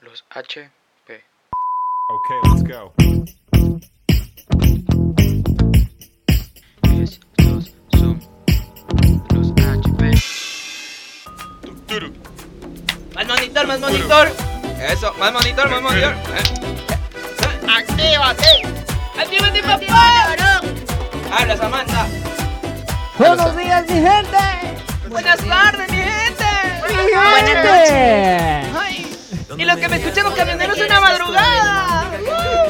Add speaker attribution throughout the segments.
Speaker 1: Los HP.
Speaker 2: Okay, let's go.
Speaker 1: Estos son los HP.
Speaker 3: Más monitor, más monitor. Eso, más monitor, más monitor. ¡Actívate! ¡Actívate, papá! ¡Habla, Samantha!
Speaker 4: Buenos días, mi gente.
Speaker 3: ¡Buenas tardes, mi gente!
Speaker 4: Buenas noches.
Speaker 3: Ay, Y los que me escuchan los camioneros en la madrugada.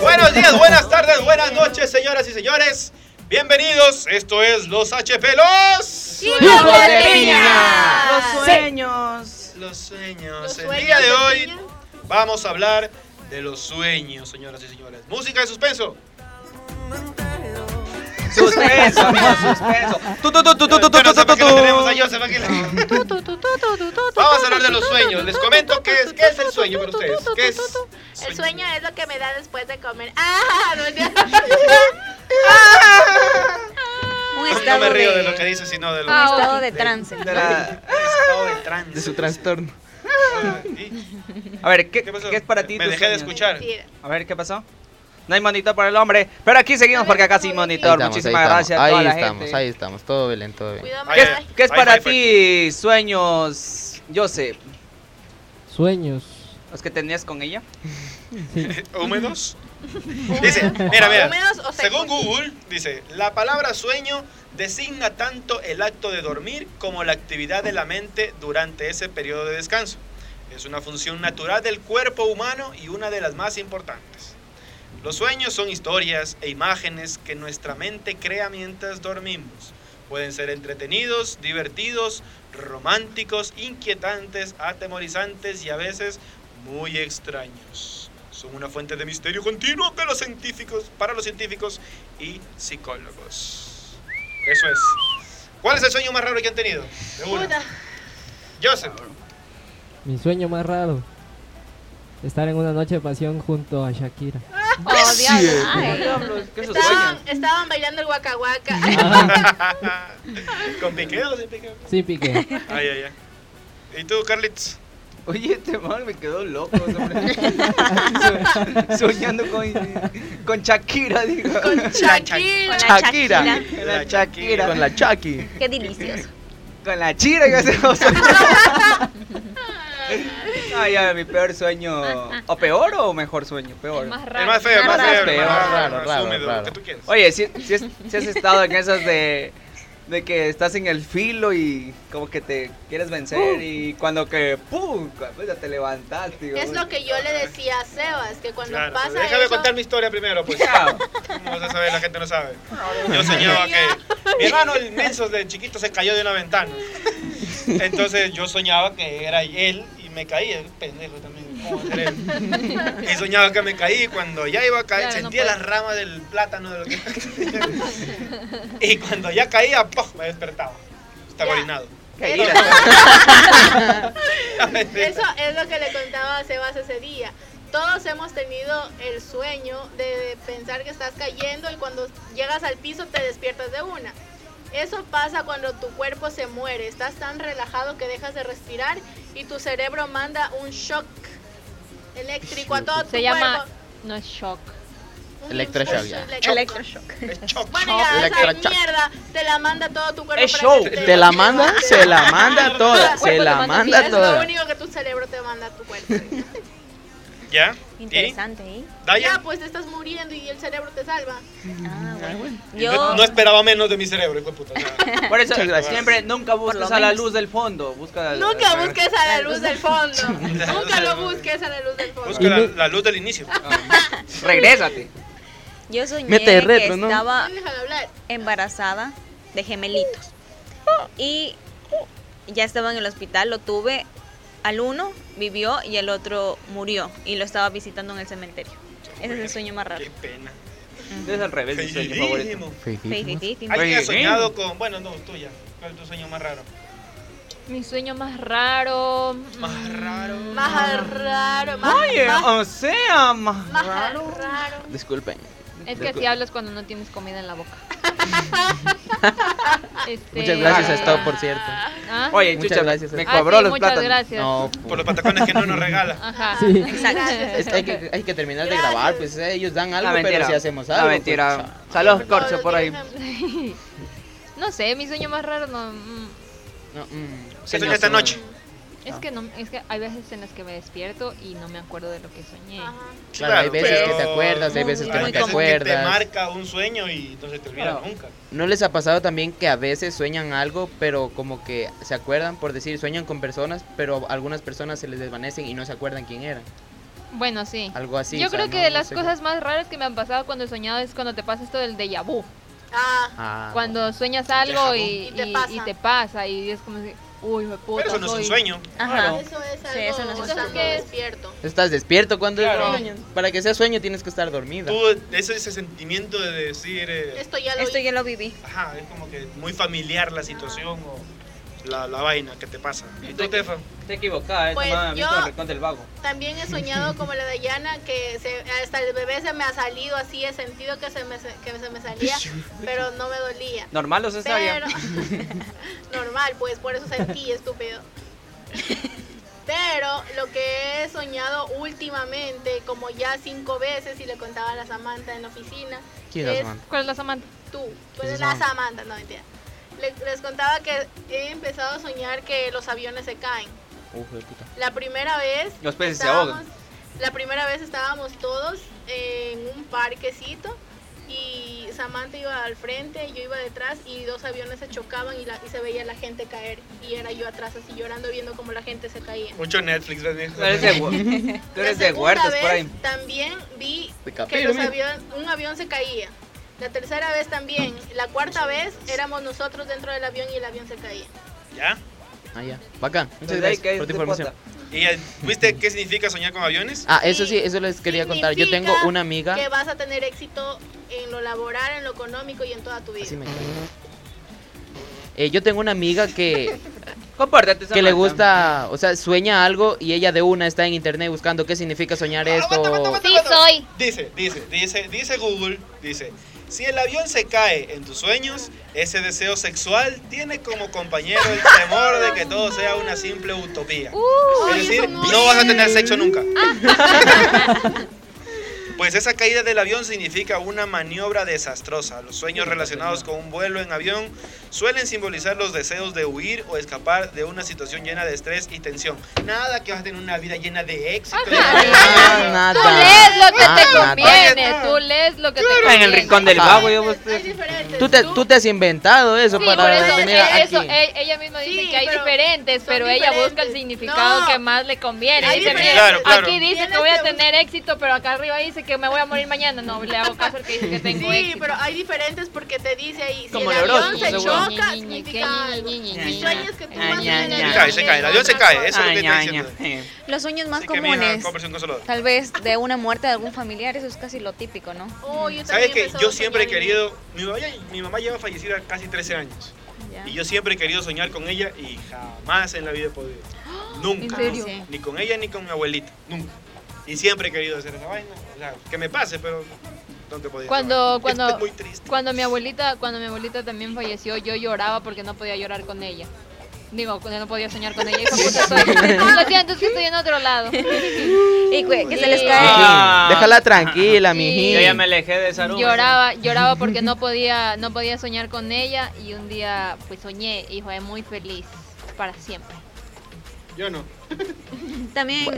Speaker 5: Buenos días, buenas tardes, buenas noches, señoras y señores. Bienvenidos, esto es los HP Los.
Speaker 3: ¡Hijos
Speaker 4: de piña!
Speaker 3: Los sueños.
Speaker 5: Los sueños. El día de hoy vamos a hablar de los sueños, señoras y señores. Música de suspenso.
Speaker 3: Suspenso, amigos, suspenso. Tu, tu, tu, tu, tu, tu, tu,
Speaker 5: Yo no sé
Speaker 3: tu, tu,
Speaker 5: por qué no tenemos a
Speaker 3: tu.
Speaker 5: Joseph aquí. Vamos a hablar de los sueños. Les comento qué es, qué es el sueño para ustedes. ¿Qué es?
Speaker 6: El sueño es lo que me da después de comer. ¡Ah! No, ya.
Speaker 7: Un
Speaker 5: No,
Speaker 7: estado
Speaker 5: me río
Speaker 7: de,
Speaker 5: de lo que dice, sino de lo
Speaker 7: un estado de
Speaker 5: de-
Speaker 7: trance.
Speaker 5: de la- estado de trance.
Speaker 3: De su trastorno.
Speaker 5: Ah, ¿y?
Speaker 3: A ver, ¿qué,
Speaker 5: ¿Qué pasó?
Speaker 3: ¿qué es para ti?
Speaker 5: Me
Speaker 3: tus
Speaker 5: dejé de
Speaker 3: sueños?
Speaker 5: escuchar.
Speaker 6: Mentira.
Speaker 3: A ver, ¿qué pasó? No hay monitor para el hombre. Pero aquí seguimos porque acá sí monitor. Muchísimas gracias a
Speaker 1: Ahí
Speaker 3: toda la
Speaker 1: estamos,
Speaker 3: gente.
Speaker 1: ahí estamos. Todo bien, todo bien.
Speaker 6: Cuidado,
Speaker 5: Ahí
Speaker 6: mamá.
Speaker 3: ¿Qué es
Speaker 5: Ahí,
Speaker 3: para
Speaker 5: ahí,
Speaker 3: ti sueños, Joseph?
Speaker 4: Sueños.
Speaker 3: ¿Los que tenías con ella?
Speaker 5: ¿Húmedos? Dice, mira, mira.
Speaker 6: ¿Húmedos o secos?
Speaker 5: Según Google, dice, la palabra sueño designa tanto el acto de dormir como la actividad de la mente durante ese periodo de descanso. Es una función natural del cuerpo humano y una de las más importantes. Los sueños son historias e imágenes que nuestra mente crea mientras dormimos. Pueden ser entretenidos, divertidos, románticos, inquietantes, atemorizantes y a veces muy extraños. Son una fuente de misterio continuo que los científicos, para los científicos y psicólogos. Eso es. ¿Cuál es el sueño más raro que han tenido? De uno.
Speaker 6: Puta.
Speaker 5: Joseph.
Speaker 4: Mi sueño más raro. Estar en una noche de pasión junto a Shakira.
Speaker 7: Oh, diablo.
Speaker 3: Ay,
Speaker 7: Ay.
Speaker 3: diablos, ¿qué es eso?
Speaker 6: Estaban, estaban bailando el guaca guaca.
Speaker 5: ¿Con piqueo o sin piqueo?
Speaker 4: Sí, piqué.
Speaker 5: Ay, ay, ay. ¿Y tú, Carlitos?
Speaker 3: Oye, este man me quedó loco. ese hombre. Sue- Soñando con, con Shakira, digo.
Speaker 6: Con
Speaker 7: Con
Speaker 6: Shakira.
Speaker 7: la
Speaker 3: Shakira.
Speaker 7: Shakira.
Speaker 3: Con la Shakira. Con la Shaki.
Speaker 7: Qué delicioso.
Speaker 3: Con la Chira que hacemos. Ay, ya, mi peor sueño. ¿O peor o mejor sueño? Peor.
Speaker 5: El más feo, el
Speaker 3: Raro,
Speaker 5: más feo,
Speaker 3: feo,
Speaker 5: el más
Speaker 1: raro,
Speaker 5: raro, el más
Speaker 1: raro,
Speaker 5: húmedo,
Speaker 1: raro.
Speaker 5: lo que tú quieras.
Speaker 3: Oye, si, si, es- si has estado en esas de, de que estás en el filo y como que te quieres vencer y cuando que ¡pum! Pues ya te levantas, digo.
Speaker 6: Es lo que yo le decía a Sebas, que cuando
Speaker 5: Claro,
Speaker 6: pasa
Speaker 5: déjame
Speaker 6: eso,
Speaker 5: contar mi historia primero, pues.
Speaker 3: Ya,
Speaker 5: ¿Cómo vas a saber? La gente no sabe. Yo soñaba que mi hermano, el menso de chiquito, se cayó de una ventana. Entonces yo soñaba que era él y me caí, el pendejo también. ¿cómo va a ser él? Y soñaba que me caí y cuando ya iba a caer,
Speaker 7: Claro, no
Speaker 5: sentía
Speaker 7: puede.
Speaker 5: las ramas del plátano de lo que Y cuando ya caía, ¡pum! me despertaba. Estaba
Speaker 6: Ya.
Speaker 5: orinado.
Speaker 3: caída.
Speaker 6: eso es lo que le contaba a Sebas ese día. Todos hemos tenido el sueño de pensar que estás cayendo y cuando llegas al piso te despiertas de una. Eso pasa cuando tu cuerpo se muere, estás tan relajado que dejas de respirar y tu cerebro manda un shock eléctrico a todo tu
Speaker 7: Se llama.
Speaker 6: cuerpo.
Speaker 7: No es shock.
Speaker 6: Un
Speaker 1: Electroshock,
Speaker 6: impulso
Speaker 1: ya.
Speaker 6: eléctrico.
Speaker 7: Electroshock.
Speaker 5: Es choc.
Speaker 6: Bueno, ya esa
Speaker 1: Electroshock.
Speaker 6: mierda te la manda todo tu cuerpo.
Speaker 3: Es
Speaker 6: para
Speaker 3: show.
Speaker 6: que
Speaker 3: ¿Te
Speaker 1: la manda?
Speaker 3: Se la manda toda, se la manda
Speaker 6: Es lo
Speaker 3: toda.
Speaker 6: único que tu cerebro te manda a tu cuerpo.
Speaker 5: ¿Ya? ¿Y?
Speaker 7: Interesante, ¿eh?
Speaker 6: ya,
Speaker 5: ¿Dayan?
Speaker 6: pues te estás muriendo y el cerebro te salva.
Speaker 7: Ah, bueno.
Speaker 5: No,
Speaker 7: Yo.
Speaker 5: no esperaba menos de mi cerebro, hijo de puta. o sea.
Speaker 3: Por eso
Speaker 5: Gracias.
Speaker 3: siempre nunca busques
Speaker 7: lo
Speaker 3: a la
Speaker 7: menos.
Speaker 3: luz del fondo. Busca la-
Speaker 6: Nunca busques a la luz del fondo.
Speaker 5: La luz
Speaker 6: Nunca
Speaker 5: del
Speaker 6: lo
Speaker 5: fondo.
Speaker 6: busques a la luz del fondo.
Speaker 5: Busca la, la luz del inicio.
Speaker 8: Ah.
Speaker 3: Regrésate.
Speaker 7: Yo soñé
Speaker 1: Mete de retro,
Speaker 7: que
Speaker 1: ¿no?
Speaker 7: estaba
Speaker 6: Déjalo hablar.
Speaker 7: embarazada de gemelitos. Y ya estaba en el hospital, lo tuve. Al uno vivió y el otro murió. Y lo estaba visitando en el cementerio. Ese es el sueño más raro.
Speaker 5: Qué pena.
Speaker 3: Es al revés, mi sueño favorito.
Speaker 5: Feísimo.
Speaker 7: Sí, sí, sí.
Speaker 5: ¿Alguien ha
Speaker 3: Feísimo.
Speaker 5: soñado con.? Bueno, no, tuya. ¿Cuál es tu sueño más raro?
Speaker 9: Mi sueño más raro.
Speaker 5: Más raro. Ah.
Speaker 6: Más raro, más,
Speaker 3: Oye,
Speaker 6: más,
Speaker 3: o sea, ma-
Speaker 6: más raro.
Speaker 3: Disculpen.
Speaker 2: Es que así hablas cuando no tienes comida en la boca. Este,
Speaker 8: Muchas gracias a Stop, por
Speaker 2: ah,
Speaker 8: cierto.
Speaker 2: ¿ah?
Speaker 10: Oye,
Speaker 8: Muchas
Speaker 10: chucha,
Speaker 8: gracias.
Speaker 10: me
Speaker 2: Ah,
Speaker 10: cobró
Speaker 2: sí,
Speaker 10: los
Speaker 2: Muchas
Speaker 10: plátanos.
Speaker 2: gracias.
Speaker 8: No, pues,
Speaker 5: Por los patacones que no nos
Speaker 6: Ah.
Speaker 5: regala.
Speaker 2: Ajá.
Speaker 4: Sí.
Speaker 6: Gracias.
Speaker 8: es- hay, que, hay que terminar de grabar, pues eh, ellos dan algo,
Speaker 10: La
Speaker 8: pero
Speaker 10: Ah, mentira.
Speaker 8: si hacemos
Speaker 10: La
Speaker 8: algo. pues,
Speaker 10: mentira.
Speaker 8: o sea,
Speaker 10: Saludos,
Speaker 6: Todos
Speaker 10: Corcho,
Speaker 6: los
Speaker 10: por ahí.
Speaker 6: días en-
Speaker 2: No sé, mi sueño más raro no. mm,
Speaker 8: no, mm,
Speaker 5: Se
Speaker 8: sueños
Speaker 5: esta
Speaker 8: son-
Speaker 5: noche.
Speaker 2: Es que no, es que hay veces en las que me despierto y no me acuerdo de lo que soñé.
Speaker 6: Ajá.
Speaker 8: Claro, hay veces que te acuerdas, hay veces que
Speaker 5: hay
Speaker 8: no te
Speaker 5: veces te
Speaker 8: acuerdas.
Speaker 5: marca un sueño y no se te olvida
Speaker 8: Claro.
Speaker 5: nunca.
Speaker 8: ¿No les ha pasado también que a veces sueñan algo, pero como que se acuerdan, por decir, sueñan con personas, pero algunas personas se les desvanecen y no se acuerdan quién eran?
Speaker 2: Bueno, sí.
Speaker 8: Algo así.
Speaker 2: Yo
Speaker 8: o sea,
Speaker 2: creo que
Speaker 8: no-
Speaker 2: de
Speaker 8: no
Speaker 2: las
Speaker 8: sé
Speaker 2: cosas más raras que me han pasado cuando he soñado es cuando te pasa esto del déjà vu.
Speaker 6: Ah,
Speaker 8: cómo- Ah,
Speaker 2: cuando sueñas algo y,
Speaker 6: Y te
Speaker 2: y-
Speaker 6: pasa.
Speaker 2: y te pasa y es como si, uy, me puta,
Speaker 5: Pero eso no es un
Speaker 2: soy-
Speaker 5: sueño.
Speaker 7: Ajá.
Speaker 6: eso es algo.
Speaker 7: Sí, eso no es
Speaker 6: o
Speaker 7: un
Speaker 6: sea,
Speaker 7: sueño.
Speaker 6: no despierto.
Speaker 8: Estás despierto cuando
Speaker 5: Claro.
Speaker 8: sueñas. Para que sea sueño tienes que estar dormida.
Speaker 5: Tú, ese, ese sentimiento de decir. eh,
Speaker 6: Esto ya lo
Speaker 7: Esto
Speaker 6: hice.
Speaker 7: ya lo viví.
Speaker 5: Ajá, es como que muy familiar la situación o la, la vaina que te pasa. ¿Y tú, Tefa?
Speaker 10: Te equivocada, eh,
Speaker 6: Pues
Speaker 10: esa mamá me
Speaker 6: yo-
Speaker 10: hizo el rincón del vago.
Speaker 6: También he soñado como la de Yana, que se- hasta el bebé se me ha salido así, he sentido que se me, que se me salía, pero no me dolía.
Speaker 10: Normal o cesárea.
Speaker 6: Pero. Normal, pues por eso sentí, estúpido. Pero lo que he soñado últimamente, como ya cinco veces, y le contaba a la Samantha en la oficina,
Speaker 8: ¿Quién es
Speaker 6: es-
Speaker 8: Samantha?
Speaker 2: ¿Cuál es la Samantha?
Speaker 6: tú, tú
Speaker 8: Esa
Speaker 6: eres
Speaker 8: es
Speaker 6: la
Speaker 8: Samantha.
Speaker 6: Samantha, no mentira. Le- les contaba que he empezado a soñar que los aviones se caen.
Speaker 8: Uf, de puta.
Speaker 6: La primera vez.
Speaker 10: Los peces pues, se
Speaker 6: estábamos-
Speaker 10: ahogan.
Speaker 6: La primera vez estábamos todos en un parquecito y Samantha iba al frente, yo iba detrás y dos aviones se chocaban y, la- y se veía la gente caer y era yo atrás así llorando viendo como la gente se caía.
Speaker 5: Mucho Netflix, ¿ves?
Speaker 10: Tú eres de, hu- tú eres de huertos por ahí.
Speaker 6: también vi
Speaker 8: De
Speaker 6: que
Speaker 8: capiro,
Speaker 6: los
Speaker 8: mira.
Speaker 6: avión- un avión se caía. La tercera vez también. La cuarta vez éramos nosotros dentro del avión y el avión se caía.
Speaker 5: ¿Ya?
Speaker 8: Ah, ya. Bacán. Muchas
Speaker 10: Desde ahí
Speaker 8: gracias
Speaker 10: que es
Speaker 8: por
Speaker 10: de
Speaker 8: tu información.
Speaker 10: posta.
Speaker 5: ¿Y eh, viste qué significa soñar con aviones?
Speaker 8: Ah, eso sí, eso les quería contar. Yo tengo
Speaker 6: Significa
Speaker 8: una amiga.
Speaker 6: Que vas a tener éxito en lo laboral, en lo económico y en toda tu vida.
Speaker 8: Así Ah, me cae. Eh, yo tengo una amiga que,
Speaker 10: Compórtate,
Speaker 8: que le
Speaker 10: Samantha.
Speaker 8: gusta, o sea, sueña algo y ella de una está en internet buscando qué significa soñar esto.
Speaker 5: Ah, Aguanta, aguanta, aguanta,
Speaker 2: Sí,
Speaker 5: aguanta.
Speaker 2: soy.
Speaker 5: Dice, dice, dice, dice Google, dice, si el avión se cae en tus sueños, ese deseo sexual tiene como compañero el temor de que todo sea una simple utopía.
Speaker 6: Uh, Ay,
Speaker 5: es
Speaker 6: eso
Speaker 5: decir,
Speaker 6: no
Speaker 5: no vas a
Speaker 6: es.
Speaker 5: tener sexo nunca. Pues esa caída del avión significa una maniobra desastrosa. Los sueños relacionados con un vuelo en avión suelen simbolizar los deseos de huir o escapar de una situación llena de estrés y tensión. Nada que vas a tener una vida llena de éxito.
Speaker 8: Ah,
Speaker 2: Tú
Speaker 8: nada.
Speaker 2: lees lo que
Speaker 8: Ah,
Speaker 2: te
Speaker 8: nada.
Speaker 2: conviene, tú lees lo que te
Speaker 10: En
Speaker 2: conviene.
Speaker 10: el rincón del
Speaker 8: Ah.
Speaker 10: vago, yo
Speaker 6: Pues, hay diferentes.
Speaker 8: Tú te, tú te has inventado eso
Speaker 2: Sí, por
Speaker 8: para
Speaker 2: eso,
Speaker 8: venir
Speaker 2: eh, eso,
Speaker 8: aquí.
Speaker 2: eh, ella misma dice
Speaker 6: Sí,
Speaker 2: que hay
Speaker 6: pero
Speaker 2: diferentes,
Speaker 6: son
Speaker 2: pero ella busca el
Speaker 6: diferentes.
Speaker 2: significado
Speaker 6: No.
Speaker 2: que más le conviene.
Speaker 6: Hay
Speaker 2: Dice, mira,
Speaker 6: diferentes.
Speaker 5: Claro, claro.
Speaker 2: Aquí dice que
Speaker 6: Tienes
Speaker 2: voy a
Speaker 6: que bus-
Speaker 2: tener éxito, pero acá arriba dice que me voy a morir mañana. No, le hago caso al que dice que tengo
Speaker 6: Sí,
Speaker 2: éxito.
Speaker 6: pero hay diferentes porque te dice ahí, si
Speaker 10: Como
Speaker 6: el
Speaker 10: el
Speaker 6: avión
Speaker 10: horóscopo,
Speaker 6: se
Speaker 10: seguro.
Speaker 6: choca, significa algo. Si sueñas que tú vas en el
Speaker 10: Se
Speaker 6: avión,
Speaker 5: cae, se cae, el avión se
Speaker 6: es
Speaker 5: cae,
Speaker 6: otra
Speaker 5: eso es lo que está diciendo.
Speaker 7: Los sueños más
Speaker 5: Así que, mija,
Speaker 7: comunes.
Speaker 5: cómprese un consolador.
Speaker 7: Tal vez de una muerte de algún familiar, eso es casi lo típico, ¿no?
Speaker 6: Oh, yo
Speaker 5: ¿Sabes
Speaker 6: también
Speaker 5: que
Speaker 6: empezaba
Speaker 5: Yo
Speaker 6: a
Speaker 5: siempre he
Speaker 6: soñar en-
Speaker 5: querido. Mi mamá, ya- mi mamá lleva fallecida casi 13 años.
Speaker 7: Ya.
Speaker 5: Y yo siempre he querido soñar con ella y jamás en la vida he podido. Nunca.
Speaker 7: ¿En serio?
Speaker 5: nunca. Ni con ella ni con mi abuelita. Nunca. Y siempre he querido hacer esa vaina. O sea, que me pase, pero nunca he podido.
Speaker 2: Cuando-
Speaker 5: Esto
Speaker 2: cuando-
Speaker 5: es muy triste.
Speaker 2: Cuando mi abuelita, cuando mi abuelita también falleció, yo lloraba porque no podía llorar con ella. Digo, cuando no podía soñar con ella. Y como que estoy, lo siento, es que estoy en otro lado.
Speaker 7: Y que, que se les
Speaker 2: Sí.
Speaker 7: cae.
Speaker 10: Ah.
Speaker 8: Déjala tranquila,
Speaker 2: Sí.
Speaker 8: mijín.
Speaker 10: Yo ya me alejé de esa nube.
Speaker 2: Lloraba, Ah, lloraba porque no podía, no podía soñar con ella y un día pues soñé y fue muy feliz para siempre.
Speaker 5: Yo no.
Speaker 7: También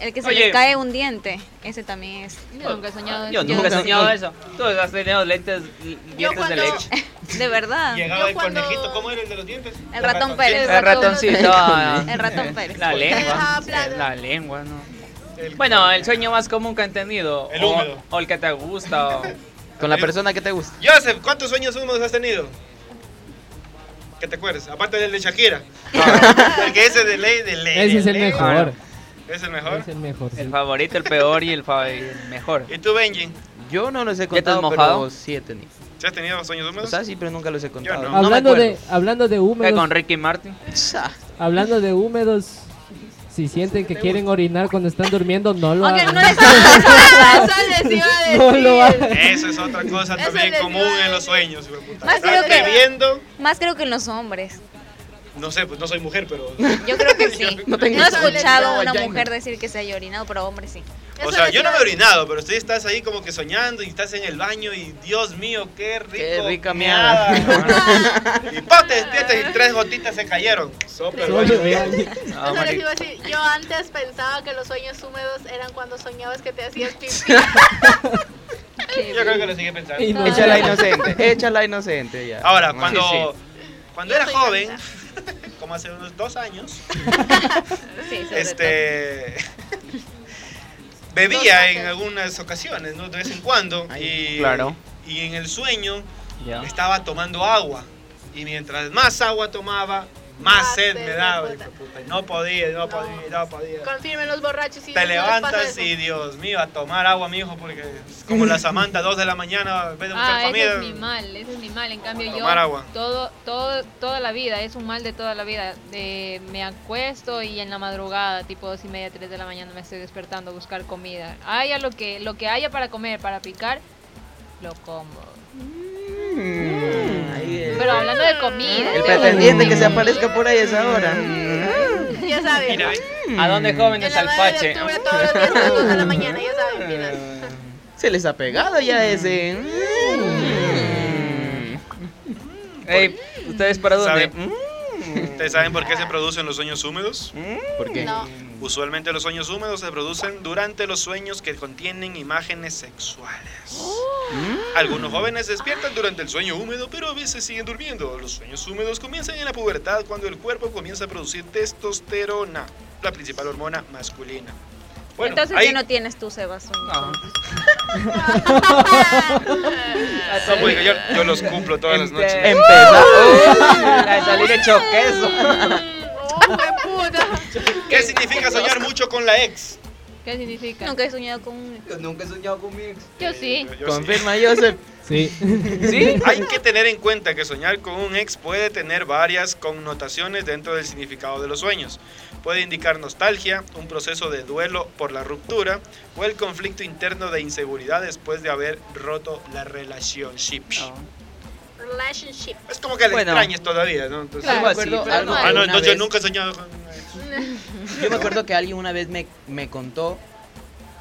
Speaker 7: el que se
Speaker 10: Oye.
Speaker 7: les cae un diente, ese también es.
Speaker 2: Yo nunca he soñado
Speaker 10: Yo
Speaker 2: eso.
Speaker 10: nunca he
Speaker 8: Nunca-
Speaker 10: soñado eso. Tú has tenido lentes, dientes de
Speaker 6: cuando-
Speaker 10: leche.
Speaker 7: De verdad.
Speaker 5: Llegaba
Speaker 6: Yo
Speaker 5: el
Speaker 6: cuando-
Speaker 5: conejito. ¿Cómo era el de los dientes?
Speaker 7: El ratón Pérez.
Speaker 10: El ratoncito. ah,
Speaker 7: El ratón Pérez.
Speaker 10: La lengua.
Speaker 6: Ajá, plátano.
Speaker 10: La lengua, no.
Speaker 5: El-
Speaker 10: Bueno, el sueño más común que han tenido.
Speaker 5: El
Speaker 10: o-
Speaker 5: húmedo.
Speaker 10: O, el que te gusta. o-
Speaker 8: Con la persona que te gusta.
Speaker 5: Joseph, ¿cuántos sueños húmedos has tenido? Que te acuerdes, aparte del de Shakira. Porque ese de ley, de ley.
Speaker 4: Ese
Speaker 5: de
Speaker 4: es el
Speaker 5: ley.
Speaker 4: mejor.
Speaker 5: Es el mejor.
Speaker 4: Es el mejor. sí.
Speaker 10: El favorito, el peor y el, fa- y el mejor.
Speaker 5: ¿Y tú, Benji?
Speaker 8: Yo no los he
Speaker 10: te has
Speaker 8: contado,
Speaker 10: mojado?
Speaker 8: pero sí he tenido.
Speaker 5: ¿Sí has tenido sueños
Speaker 8: O
Speaker 3: Pues,
Speaker 5: húmedos?
Speaker 8: sea, sí, pero nunca los he contado.
Speaker 5: no.
Speaker 8: No
Speaker 4: Ah.
Speaker 8: me
Speaker 4: Hablando,
Speaker 8: acuerdo.
Speaker 4: de, hablando de
Speaker 10: ¿Qué,
Speaker 4: húmedos.
Speaker 10: con Ricky Martin?
Speaker 8: Cha.
Speaker 4: Hablando de húmedos. si sienten que quieren orinar cuando están durmiendo, no lo
Speaker 7: Aunque
Speaker 4: hagan.
Speaker 7: no les hagan
Speaker 6: Eso les iba a decir.
Speaker 4: No lo hagan.
Speaker 5: Eso es otra cosa
Speaker 6: Eso
Speaker 5: también
Speaker 6: les
Speaker 5: común
Speaker 6: iba a
Speaker 5: en los
Speaker 6: decir.
Speaker 5: sueños. hijo de puta.
Speaker 7: Más
Speaker 5: Estás
Speaker 7: creo que-
Speaker 5: bebiendo,
Speaker 7: Más creo que en los hombres.
Speaker 5: no sé, pues no soy mujer, pero.
Speaker 7: Yo creo que sí.
Speaker 8: No
Speaker 7: No,
Speaker 8: tengo
Speaker 6: idea.
Speaker 7: he escuchado a una
Speaker 8: Ya, ya.
Speaker 7: mujer decir que se haya orinado, pero hombre sí.
Speaker 5: O
Speaker 6: Eso
Speaker 5: sea,
Speaker 6: les
Speaker 5: yo no me
Speaker 6: iba a
Speaker 5: he
Speaker 6: decir.
Speaker 5: orinado, pero tú estás ahí como que soñando y estás en el baño y Dios mío, qué rico.
Speaker 8: Qué rica meada.
Speaker 5: meada. y pa, te despiertas y tres gotitas se cayeron. Sopa el
Speaker 4: Solo
Speaker 5: baño.
Speaker 4: de baño.
Speaker 5: Ah,
Speaker 6: Eso les
Speaker 5: marica.
Speaker 6: iba a decir. Yo antes pensaba que los sueños húmedos eran cuando soñabas que te hacías pipí.
Speaker 5: Yo creo que lo sigue pensando.
Speaker 4: Y no-
Speaker 8: Echa la inocente, echa la inocente ya.
Speaker 5: Ahora,
Speaker 8: Sí,
Speaker 5: cuando,
Speaker 8: sí.
Speaker 5: cuando
Speaker 6: Yo
Speaker 5: era
Speaker 6: soy
Speaker 5: joven,
Speaker 6: Marisa.
Speaker 5: como hace unos dos años,
Speaker 7: Sí, sobre
Speaker 5: este bebía en algunas ocasiones, ¿no? De vez en cuando.
Speaker 8: Ay,
Speaker 5: Y,
Speaker 8: claro.
Speaker 5: y en el sueño estaba tomando agua. Y mientras más agua tomaba, más
Speaker 6: Más
Speaker 5: sed
Speaker 6: sed
Speaker 5: me
Speaker 6: me
Speaker 5: daba.
Speaker 6: puta.
Speaker 5: hijo de puta. Y No podía, no podía, no podía.
Speaker 6: Confirmen los borrachos. y
Speaker 5: Te
Speaker 6: no les pasa
Speaker 5: levantas
Speaker 6: eso.
Speaker 5: y Dios mío, a tomar agua, mijo, porque es como la Samantha, 2 de la mañana, en vez de buscar
Speaker 2: Ah, ese
Speaker 5: comida.
Speaker 2: es mi mal, ese es mi mal. En cambio yo,
Speaker 5: Tomar agua.
Speaker 2: todo, todo, toda la vida, es un mal de toda la vida. De, me acuesto y en la madrugada, tipo dos y media, tres de la mañana, me estoy despertando a buscar comida. Haya lo que, lo que haya para comer, para picar, lo como.
Speaker 8: Mm, ahí es.
Speaker 2: Pero hablando de comida.
Speaker 8: El
Speaker 2: de
Speaker 8: pretendiente que se
Speaker 2: comida.
Speaker 8: aparezca por ahí es ahora.
Speaker 6: Ya saben.
Speaker 5: Mira,
Speaker 3: ¿A dónde
Speaker 6: En
Speaker 3: jóvenes
Speaker 6: la
Speaker 3: al
Speaker 6: madre de
Speaker 3: fache?
Speaker 6: octubre todos los días a las dos de la mañana, ya saben, pilas.
Speaker 8: Se les ha pegado ya ese. Mm.
Speaker 3: Ey, ¿ustedes para dónde?
Speaker 10: Mm.
Speaker 5: ¿Saben? ¿Ustedes saben por qué se producen los sueños húmedos?
Speaker 8: ¿Por qué?
Speaker 6: No.
Speaker 5: Usualmente los sueños húmedos se producen durante los sueños que contienen imágenes sexuales. Algunos jóvenes despiertan durante el sueño húmedo, pero a veces siguen durmiendo. Los sueños húmedos comienzan en la pubertad cuando el cuerpo comienza a producir testosterona, la principal hormona masculina. Bueno,
Speaker 7: Entonces
Speaker 5: ahí-
Speaker 7: ya no tienes tú, Sebas. un-
Speaker 5: No, porque Ah, yo, yo los cumplo todas las noches.
Speaker 3: Empe-
Speaker 10: Ah,
Speaker 3: Empezar a salir hecho queso.
Speaker 6: Oh, qué puta.
Speaker 5: ¿Qué significa soñar mucho con la ex?
Speaker 2: ¿Qué significa?
Speaker 7: Nunca he soñado con un...
Speaker 10: Yo nunca he soñado con mi ex.
Speaker 2: Yo sí.
Speaker 5: Yo- yo sí.
Speaker 8: Confirma Joseph.
Speaker 4: Sí.
Speaker 3: ¿Sí?
Speaker 5: Hay que tener en cuenta que soñar con un ex puede tener varias connotaciones dentro del significado de los sueños. Puede indicar nostalgia, un proceso de duelo por la ruptura o el conflicto interno de inseguridad después de haber roto la relación.
Speaker 8: Oh.
Speaker 6: Relationship.
Speaker 5: Es como que le
Speaker 3: Bueno.
Speaker 5: extrañas todavía, ¿no? Entonces-
Speaker 2: Claro.
Speaker 3: Algo así,
Speaker 8: Recuerdo
Speaker 3: pero
Speaker 8: algo-
Speaker 3: no.
Speaker 5: Ah, no,
Speaker 8: Una
Speaker 5: entonces yo
Speaker 8: vez.
Speaker 5: nunca he soñado con un ex.
Speaker 8: Yo me acuerdo que alguien una vez me, me contó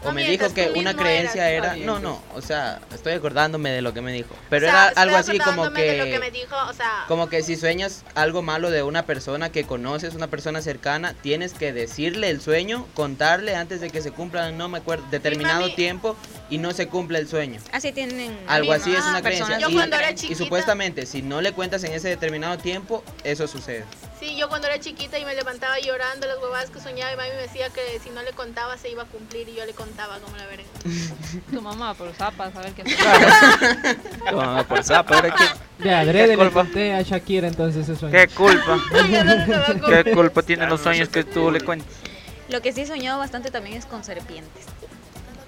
Speaker 8: o
Speaker 6: No
Speaker 8: me
Speaker 6: mientas,
Speaker 8: dijo que
Speaker 6: tú
Speaker 8: una
Speaker 6: mismo
Speaker 8: creencia
Speaker 6: eras.
Speaker 8: era. No, no, o sea, estoy acordándome de lo que me dijo. Pero
Speaker 6: O sea,
Speaker 8: era algo
Speaker 6: estoy
Speaker 8: así como
Speaker 6: acordándome de lo que me
Speaker 8: que.
Speaker 6: dijo, o sea,
Speaker 8: Como que si sueñas algo malo de una persona que conoces, una persona cercana, tienes que decirle el sueño, contarle antes de que se cumpla, no me acuerdo, determinado
Speaker 6: mami-
Speaker 8: tiempo y no se cumple el sueño.
Speaker 7: Así tienen...
Speaker 8: Algo
Speaker 6: Mi
Speaker 8: así es
Speaker 6: mamá,
Speaker 8: una creencia.
Speaker 7: personas
Speaker 6: yo
Speaker 8: Y-
Speaker 6: cuando era
Speaker 8: y
Speaker 6: chiquita,
Speaker 8: supuestamente, si no le cuentas en ese determinado tiempo, eso sucede.
Speaker 6: sí, yo cuando era chiquita y me levantaba llorando las huevadas que soñaba y mami me decía que si no le contaba se iba a cumplir y yo le contaba como la verga.
Speaker 2: Tu mamá, por zapas, a ver qué
Speaker 3: Toma, Ah, por sapo, ahora qué,
Speaker 4: De adrede le
Speaker 3: culpa?
Speaker 4: conté a Shakira entonces eso.
Speaker 3: qué culpa.
Speaker 6: Ya no se te va a cumplir.
Speaker 3: ¿Qué culpa tienen
Speaker 5: Ya
Speaker 3: los
Speaker 5: no se
Speaker 3: sueños
Speaker 5: te
Speaker 3: que tú le
Speaker 5: ocurre.
Speaker 3: cuentas?
Speaker 7: Lo que sí he soñado bastante también es con serpientes.